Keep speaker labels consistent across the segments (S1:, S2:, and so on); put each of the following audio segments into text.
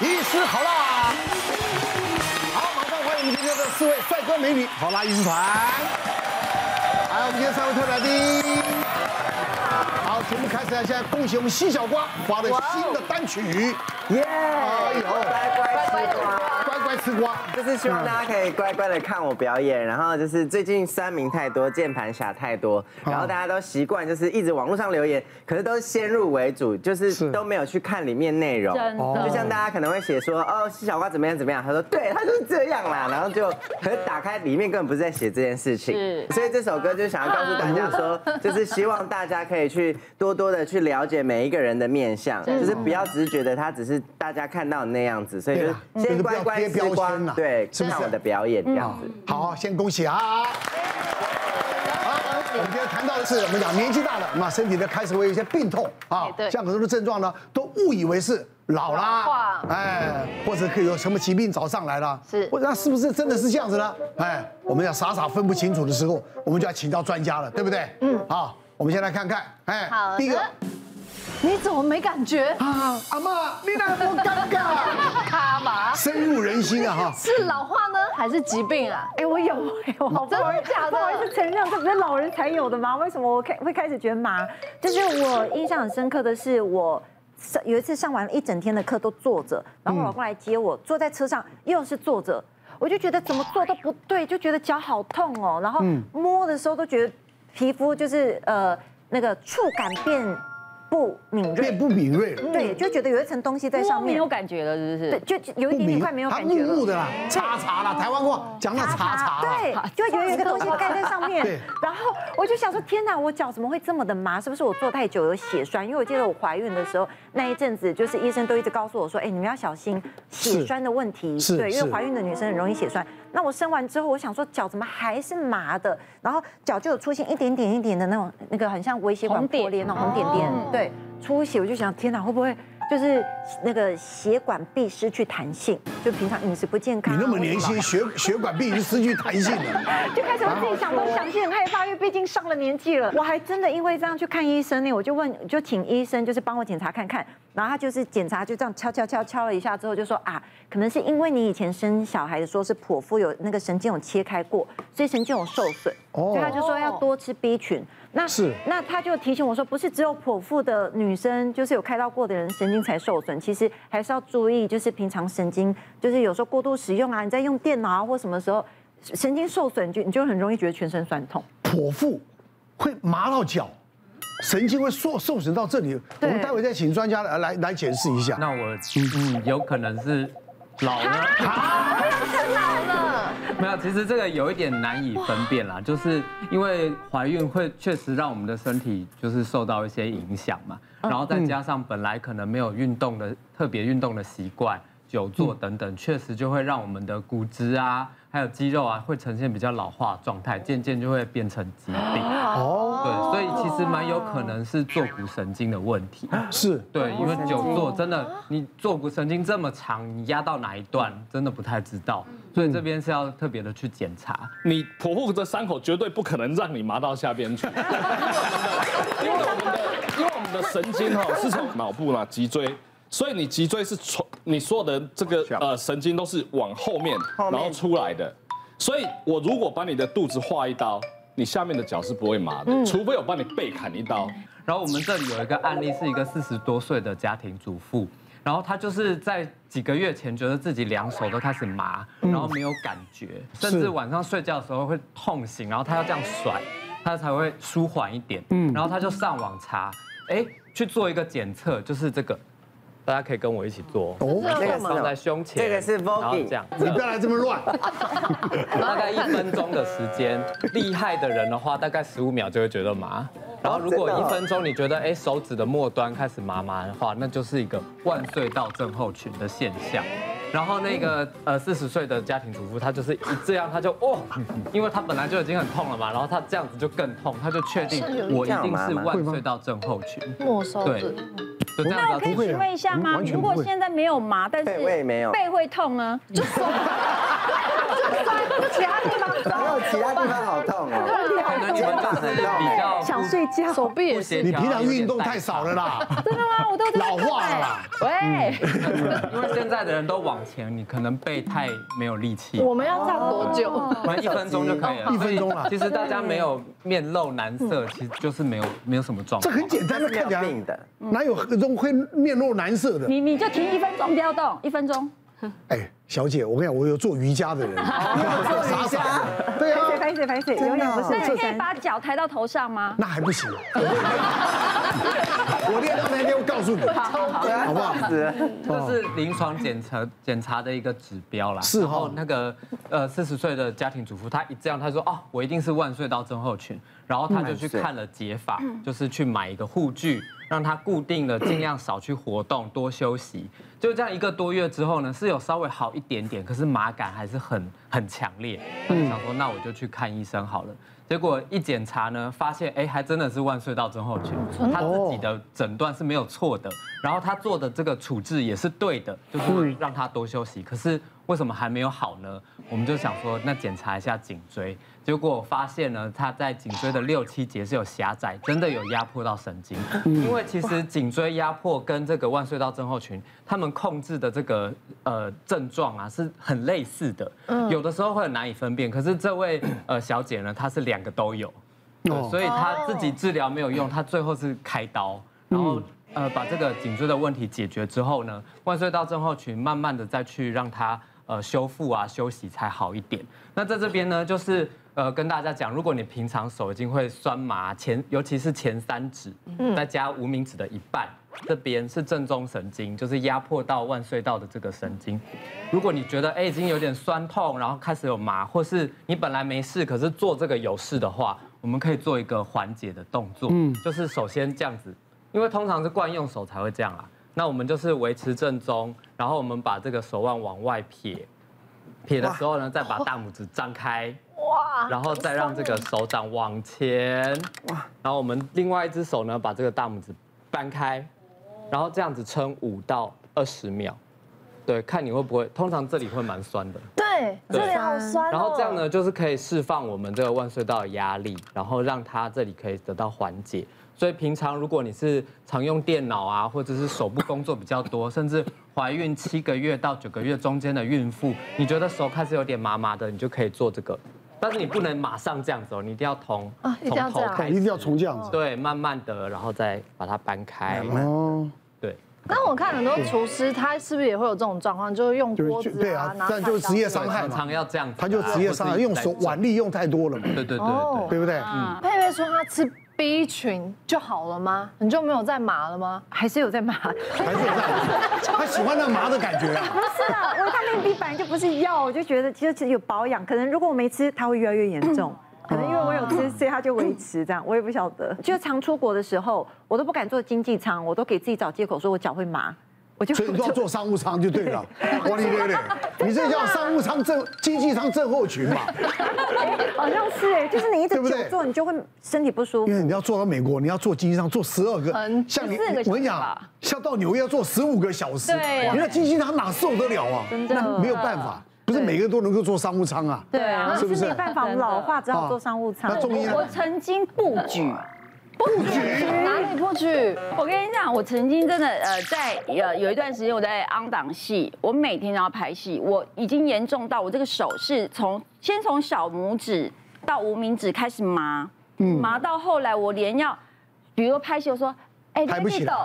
S1: 医师好啦！好，马上欢迎我们今天的四位帅哥美女好啦医师团，还有我们今天三位特别来宾。好，节目开始了，现在恭喜我们西小瓜发的新的单曲，
S2: 耶！
S1: 哎呦
S2: 乖乖吃瓜，
S1: 乖乖吃瓜。
S2: 就是希望大家可以乖乖的看我表演。然后就是最近酸民太多，键盘侠太多，然后大家都习惯就是一直网络上留言，可是都是先入为主，就是都没有去看里面内容。
S3: 真的
S2: 就像大家可能会写说哦，西小瓜怎么样怎么样，他说对，他就是这样啦。然后就可是打开里面根本不是在写这件事情。
S3: 是
S2: 所以这首歌就想要告诉大家说，就是希望大家可以去多多的去了解每一个人的面相，就是不要只是觉得他只是大家看到的那样子，所以
S1: 对
S2: 就
S1: 啦
S2: 先乖乖
S1: 就是不要贴
S2: 吃
S1: 标
S2: 瓜
S1: 签啦，
S2: 对，
S1: 是不是嗯
S2: 看我的表演这样子。
S1: 好，先恭喜啊！好，我们今天谈到的是，我们讲年纪大了，那身体呢开始会有一些病痛啊
S3: 哎，对
S1: 像很多的症状呢，都误以为是老
S3: 老
S1: 啦
S3: 化，
S1: 哎，或者可以有什么疾病找上来了，
S3: 是
S1: 或那是不是真的是这样子呢？哎，我们要傻傻分不清楚的时候，我们就要请教专家了，对不对？嗯，好，我们先来看看，哎，
S3: 好
S1: 第一个
S3: 的你怎么没感觉？
S1: 啊，阿妈，你那么尴尬，
S3: 卡吧？
S1: 深入人心啊哈。
S3: 是老化呢，还是疾病 啊？
S4: 哎，我有哎，我好不好
S3: 真的假的
S4: 不好意思承认，这不是老人才有的吗？为什么我开会开始觉得麻？就是我印象很深刻的是我。上有一次上完了一整天的课都坐着，然后我老公来接我，坐在车上又是坐着，我就觉得怎么坐都不对，就觉得脚好痛哦，然后
S3: 嗯
S4: 摸的时候都觉得皮肤就是呃那个触感变不敏锐，
S1: 变不敏锐了，
S4: 对，就觉得有一层东西在上
S3: 没
S4: 面
S3: 有，感觉了，是不
S4: 对，
S3: 是？
S4: 就就有
S1: 不
S4: 一点
S1: 敏
S4: 点快没有
S1: 他
S4: 感觉了
S1: 木。木的啦，叉叉啦，台湾话讲那叉叉啦，
S4: 对，就会觉得有一个东西盖在上面
S1: 对。
S4: 然后我就想说，天哪，我脚怎么会这么的麻？是不是我坐太久有血栓？因为我记得我怀孕的时候那一阵子，就是医生都一直告诉我说，哎，你们要小心血栓的问题。
S1: 是
S4: 对，因
S1: 是
S4: 为怀孕的女生很容易血栓。那我生完之后，我想说脚怎么还是麻的，然后脚就有出现一点点一点的那种那个很像微血管
S3: 红点哦
S4: 破裂那种红点点，对，出血。我就想，天哪，会不会？就是那个血管壁失去弹性，就平常饮食不健康
S1: 你
S4: 啊。
S1: 那么
S4: 或者
S1: 年
S4: 什
S1: 轻，血血管壁已经失去弹性了。
S4: 就开始我自己想东想西，很害怕，因为毕竟上了年纪了。我还真的因为这样去看医生呢，我就问，就请医生就是帮我检查看看。然后他就是检查，就这样敲敲敲敲了一下之后，就说啊，可能是因为你以前生小孩的时候是剖腹有那个神经有切开过，所以神经有受损，
S1: 哦
S4: 所以他就说要多吃 B 群。那
S1: 是
S4: 那他就提醒我说，不是只有剖腹的女生，就是有开刀过的人神经才受损，其实还是要注意，就是平常神经，就是有时候过度使用啊，你在用电脑啊或什么时候，神经受损，你就你就很容易觉得全身酸痛。
S1: 剖腹会麻到脚，神经会受受损到这里。我
S4: 对
S1: 们待会再请专家来来来解释一下。
S5: 那我啊嗯有可能是老了，没有，其实这个有一点难以分辨啦，就是因为怀孕会确实让我们的身体就是受到一些影响嘛，然后再加上本来可能没有运动的特别运动的习惯，久坐等等，确实就会让我们的骨质啊，还有肌肉啊，会呈现比较老化的状态，渐渐就会变成疾病。
S1: 哦，
S5: 对，所以其实蛮有可能是坐骨神经的问题。
S1: 是
S5: 对，因为久坐真的，你坐骨神经这么长，你压到哪一段真的不太知道，所以这边是要特别的去检查。
S6: 你剖腹的伤口绝对不可能让你麻到下边去， 因为我们的因为我们的神经哈是从脑部嘛脊椎，所以你脊椎是从你所有的这个呃神经都是往后面
S2: 后面
S6: 然后出来的，所以我如果把你的肚子划一刀，你下面的脚是不会麻
S2: 嗯
S6: 的，除非我帮你背砍一刀。
S5: 然后我们这里有一个案例，是一个四十多岁的家庭主妇，然后她就是在几个月前觉得自己两手都开始麻，然后没有感觉，甚至晚上睡觉的时候会痛醒，然后她要这样甩，她才会舒缓一点。嗯，然后她就上网查，哎，去做一个检测，就是这个，大家可以跟我一起做。
S2: 这个
S5: 放在胸前，
S2: 这个是 Vogue
S5: 然后这样，
S1: 你 不要来这么乱。
S5: 大概一分钟的时间，厉害的人的话，大概十五秒就会觉得麻。然后如
S2: 哦
S5: 果一分钟你觉得哎手指的末端开始麻麻的话，那就是一个腕隧道症候群的现象。然后那个呃四十岁的家庭主妇，她就是一这样，她就哦，因为她本来就已经很痛了嘛，然后她这样子就更痛，她就确定我一定是腕隧道症候群，
S3: 没收
S5: 对，就这
S7: 那我
S5: 样
S7: 可
S5: 子啊要。
S7: 以询问一下
S1: 嗯
S7: 吗
S1: 完？全
S7: 如
S1: 不会
S7: 果现在没有麻，但是
S2: 背位没有
S7: 背会痛呢？就
S2: 然后其他地方好痛哦，
S1: 啊
S5: 可能得你们就是比
S2: 欸
S5: 较
S4: 想睡觉，
S3: 手臂也
S5: 不协
S3: 是。
S5: 调
S1: 你平常运动太少了 啦，
S3: 真的啊吗？我都在
S1: 老化了啦。
S7: 哎
S3: 喂，
S5: 因为现在的人都往前，你可能背太没有力气，
S3: 我们要站多久？
S5: 我们一分钟就可以了。
S1: 一分钟啊啦
S5: 所以其实大家没有面露难色，其实就是没有没有什么状
S1: 这
S5: 况。
S1: 很简单的，看起
S2: 没有
S1: 来
S2: 病的
S1: 哪有这种会面露难色的？
S7: 你你就停一分钟，不要动，一分钟。
S1: 哎，小姐，我跟你讲，我有做瑜伽的人， 做瑜伽，对啊，
S4: 拍谁拍谁，永远不是
S7: 那
S4: 自
S7: 你可以
S4: 身。
S7: 把脚抬到头上吗？
S1: 那还不行。我练到那天我告诉你，好不好？
S2: 啊
S5: 这是临床检查 检查的一个指标啦。
S1: 哦是哦
S5: 然后那个呃四十岁的家庭主妇，她一这样，她说哦，我一定是万岁到症候群，然后她就去看了解法， 就是去买一个护具，让她固定的尽量少去活动，多休息。就这样一个多月之后呢，是有稍微好一点点，可是麻感还是很很强烈。嗯，想说那我就去看医生好了。结果一检查呢，发现哎，还真的是万岁到症候群，他自己的诊断是没有错的，然后他做的这个处置也是对的，就是让他多休息。可是为什么还没有好呢？我们就想说，那检查一下颈椎，结果发现呢，他在颈椎的六七节是有狭窄，真的有压迫到神经，因为其实颈椎压迫跟这个万岁到症候群，他们控制的这个呃症状啊是很类似的，有的时候会很难以分辨。可是这位呃小姐呢，她是两个都有。对所以他自己治疗没有用，他最后是开刀，然后呃把这个颈椎的问题解决之后呢，万岁到症候群慢慢的再去让他呃修复啊休息才好一点。那在这边呢，就是呃跟大家讲，如果你平常手已经会酸麻前，尤其是前三指，再加无名指的一半。这边是正中神经，就是压迫到腕隧道的这个神经。如果你觉得哎、已经有点酸痛，然后开始有麻，或是你本来没事，可是做这个有事的话，我们可以做一个缓解的动作，嗯，就是首先这样子，因为通常是惯用手才会这样啦。那我们就是维持正中，然后我们把这个手腕往外撇，撇的时候呢，再把大拇指张开，哇，然后再让这个手掌往前，哇，然后我们另外一只手呢，把这个大拇指搬开，然后这样子撑五到二十秒，对，看你会不会，通常这里会蛮酸的。
S3: 哦
S8: 对，
S5: 对
S8: 这里好酸哦。
S5: 然后这样呢，就是可以释放我们这个腕隧道的压力，然后让它这里可以得到缓解。所以平常如果你是常用电脑啊，或者是手部工作比较多，甚至怀孕七个月到九个月中间的孕妇，你觉得手开始有点麻麻的，你就可以做这个。但是你不能马上这样子哦，你一定要从
S3: 啊一定要
S5: 从头
S3: 这样
S1: 对
S5: 开
S1: 一定
S5: 始，
S1: 要从这样子。
S5: 对，慢慢的，然后再把它搬开。
S1: 哦，
S5: 对，
S3: 那我看很多厨师，他是不是也会有这种状况，就是用
S1: 就
S3: 锅
S1: 就
S3: 子
S1: 对啊，，
S3: 啊拿
S1: 但就是职业伤害
S5: 常
S1: 嘛，
S5: 常要这样子啊，
S1: 他就职业伤害，用手
S5: 玩。
S1: 腕力用太多了嘛，
S5: 对啊对对
S3: 哦
S5: 对。
S1: 对不对？
S3: 佩佩说她吃 B 群就好了吗？你就没有再麻了吗？
S4: 还是有在骂。
S1: 嗯还是有这样子，他喜欢那麻的感觉啊。
S4: 不是啦，维他命 B 本来就不是药，我就觉得其实有保养，可能如果我没吃，它会越来越严重。可能因为我有吃，所以它就维持这样，我也不晓得。嗯就常出国的时候，我都不敢坐经济舱，我都给自己找借口说我脚会麻，我就
S1: 所以你都要
S4: 我就
S1: 做商务舱就对 了，我你对对，你这叫商务舱正经济舱症候群嘛？
S4: 好像是哎，就是你一直
S1: 对不
S4: 久
S1: 对
S4: 坐，你就会身体不舒
S1: 因
S4: 服。
S1: 为你要坐到美国，你要坐经济舱坐十二个
S7: 嗯，
S1: 像你
S7: 14个小时
S1: 我跟你讲
S7: 吧，
S1: 像到纽约要坐十五个小时，
S7: 对
S1: 你那经济舱哪受得了啊？
S4: 真的
S1: 那没有办法，不是每个都能够坐商务舱啊。
S4: 对啊，
S1: 是不是
S4: 没办法，我们老化只好坐商务舱
S1: 那。中医呢
S7: 我？曾经布局，
S3: 哪里不去？
S7: 我跟你讲，我曾经真的呃，在呃有一段时间我在昂档戏，我每天都要拍戏，我已经严重到我这个手是从先从小拇指到无名指开始麻，
S1: 嗯
S7: 麻到后来我连要，比如说拍戏，我说，哎，
S1: 抬不起来
S7: 这个豆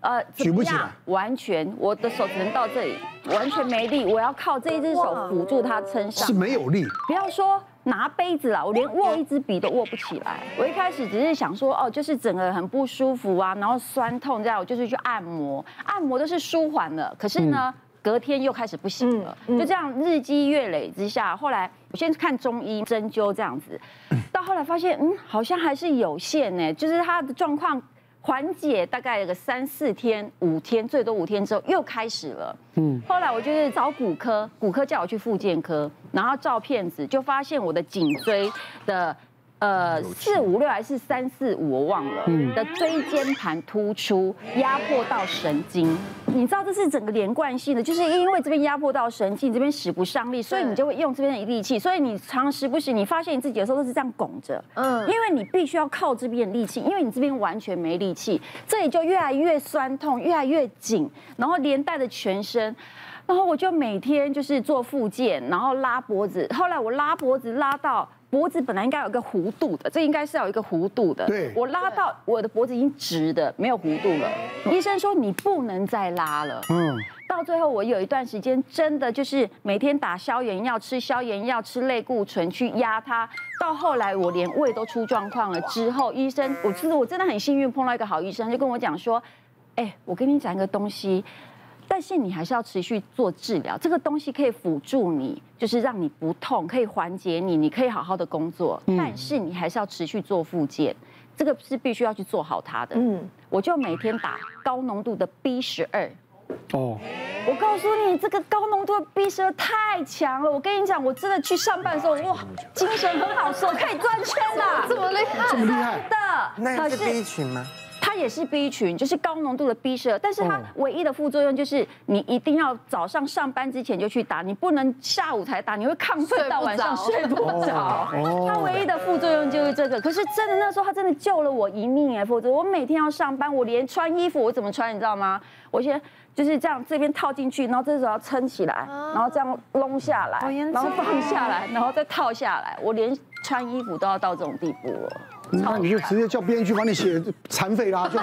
S7: 呃，怎
S1: 举不
S7: 么
S1: 起
S7: 样
S1: 来？
S7: 完全，我的手只能到这里，完全没力，我要靠这一只手辅助他撑上
S1: 是。没有力，
S7: 不要说拿杯子啦，我连握一支笔都握不起来。我一开始只是想说，哦，就是整个很不舒服啊，然后酸痛这样，我就是去按摩，按摩都是舒缓了，可是呢，隔天又开始不行了，就这样日积月累之下，后来我先看中医针灸这样子，到后来发现，嗯，好像还是有限呢，就是他的状况。缓解大概有个三四天、五天，最多五天之后又开始了。嗯，后来我就是找骨科，骨科叫我去复健科，然后照片子就发现我的颈椎的呃四五六还是三四五我忘了的椎间盘突出，压迫到神经。你知道这是整个连贯性的，就是因为这边压迫到神经，这边使不上力，所以你就会用这边的力气，所以你常时不时你发现你自己有时候都是这样拱着，嗯，
S3: 嗯
S7: 因为你必须要靠这边的力气，因为你这边完全没力气，这里就越来越酸痛，越来越紧，然后连带着全身。然后我就每天就是做复健，然后拉脖子。后来我拉脖子拉到脖子本来应该有一个弧度的，这应该是要有一个弧度的。
S1: 对
S7: 我拉到我的脖子已经直的，没有弧度了。医生说你不能再拉了。
S1: 嗯，
S7: 到最后，我有一段时间真的就是每天打消炎药、吃消炎药、吃类固醇去压它。到后来，我连胃都出状况了。之后，医生，我真的我真的很幸运碰到一个好医生，就跟我讲说：“哎，我跟你讲一个东西，但是你还是要持续做治疗。这个东西可以辅助你，就是让你不痛，可以缓解你，你可以好好的工作，但是你还是要持续做复健。”这个是必须要去做好它的，嗯
S3: 嗯，
S7: 我就每天打高浓度的 B 十二，
S6: 哦，
S7: 我告诉你，这个高浓度的 B 十二太强了。我跟你讲，我真的去上班的时候，哇，精神很好，手可以转圈啦。
S3: 这么厉
S1: 这
S3: 害，
S1: 么厉害，
S7: 真的，
S2: 那
S7: 可
S2: 是 B
S7: 是
S2: 群吗？
S7: 它也是 B 群，就是高浓度的 B 十二，但是它唯一的副作用就是你一定要早上上班之前就去打，你不能下午才打，你会亢奋到晚上睡
S3: 睡
S7: 不着。它唯一的副作用就是这个。可是真的那时候它真的救了我一命哎，否则我每天要上班，我连穿衣服我怎么穿你知道吗？我先就是这样这边套进去，然后这时候要撑起来，然后这样弄下来，
S4: 啊好严
S7: 然
S4: 重
S7: 后
S4: 哦
S7: 放下来，然后再套下来，我连穿衣服都要到这种地步了。
S1: 那你就直接叫编剧帮你写残废啦，就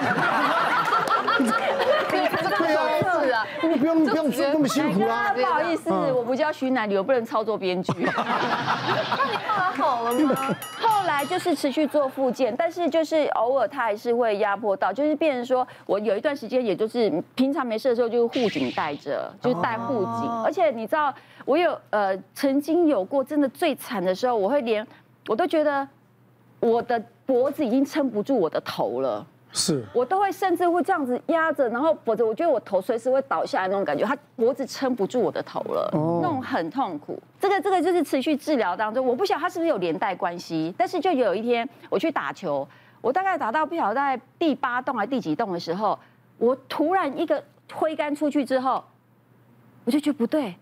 S3: 对，
S1: 对
S3: 这是啊
S1: 啊，，不用不用这么辛苦啊嗯啦。
S7: 哎不好意思，我不叫徐乃麟，我不能操作编 剧。
S3: 那好了吗？
S7: 后来就是持续做复健，但是就是偶尔它还是会压迫到，就是变成说我有一段时间，也就是平常没事的时候就是护颈戴着，就是戴护颈，
S1: 哦
S7: 而且你知道我有呃曾经有过真的最惨的时候，我会连我都觉得我的脖子已经撑不住我的头了。
S1: 是，
S7: 我都会甚至会这样子压着，然后脖子，我觉得我头随时会倒下来那种感觉，他脖子撑不住我的头了，那种很痛苦。这个这个就是持续治疗当中，我不晓得他是不是有连带关系，但是就有一天我去打球，我大概打到不晓得在第八洞还是第几洞的时候，我突然一个挥杆出去之后，我就觉得不对，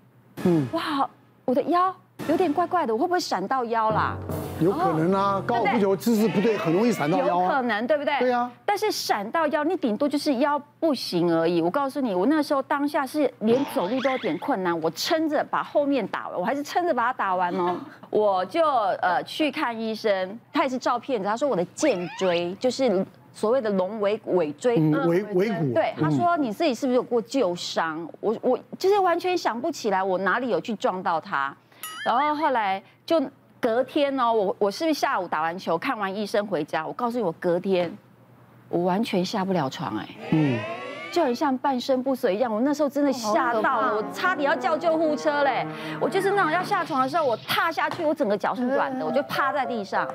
S7: 嗯，哇，我的腰有点怪怪的，我会不会闪到腰啦？
S1: 有可能啊，高尔夫球姿势不对，很容易闪到腰
S7: 有可
S1: 啊。
S7: 能，对不对？
S1: 对啊
S7: 但是闪到腰，你顶多就是腰不行而已。我告诉你，我那时候当下是连走路都有点困难，我撑着把后面打完，我还是撑着把它打完 哦。我就呃去看医生，他也是照片子，他说我的剑椎就是所谓的龙尾尾椎
S1: 嗯，尾尾骨，
S7: 对，他说你自己是不是有过旧伤？我我就是完全想不起来我哪里有去撞到他，然后后来就隔天哦，我我是不是下午打完球看完医生回家？我告诉你，我隔天我完全下不了床哎，嗯，就很像半身不遂一样。我那时候真的吓到了，我差点要叫救护车嘞！我就是那种要下床的时候，我踏下去，我整个脚是软的，我就趴在地上。啊、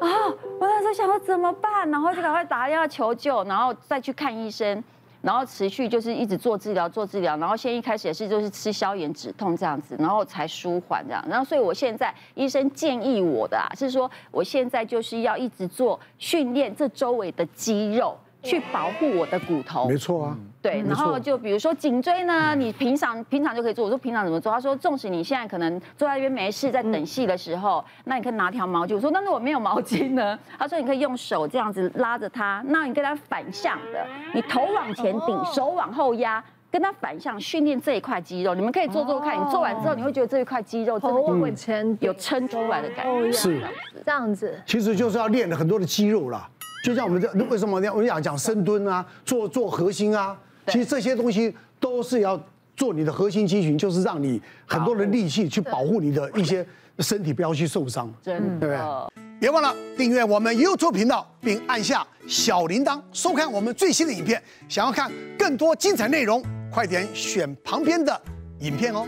S7: 我那时候想说怎么办，然后就赶快打电话求救，然后再去看医生，然后持续就是一直做治疗，做治疗，然后先一开始也是就是吃消炎止痛这样子，然后才舒缓这样，然后所以我现在医生建议我的啊，是说我现在就是要一直做训练这周围的肌肉。去保护我的骨头，
S1: 没错啊。
S7: 对，
S3: 嗯
S7: 然后就比如说颈椎呢，你平常平常就可以做。我说平常怎么做？他说，纵使你现在可能坐在那边没事，在等戏的时候，那你可以拿条毛巾。我说，那如果没有毛巾呢？ 他说，你可以用手这样子拉着它，那你跟它反向的，你头往前顶，手往后压。跟它反向训练这一块肌肉，你们可以做做看。你做完之后，你会觉得这一块肌肉真的就会
S3: 哦往前
S7: 有撑出来的感
S3: 哦
S7: 觉。
S1: 是，
S3: 这样子，
S1: 其实就是要练很多的肌肉啦。就像我们这为什么要我们讲讲深蹲啊，做做核心啊，其实这些东西都是要做你的核心肌群，就是让你很多的力气去保护你的一些身体不要去受伤。
S7: 真
S1: 对
S7: 的。
S1: 别忘了订阅我们 YouTube 频道，并按下小铃铛，收看我们最新的影片。想要看更多精彩内容，快点选旁边的影片哦。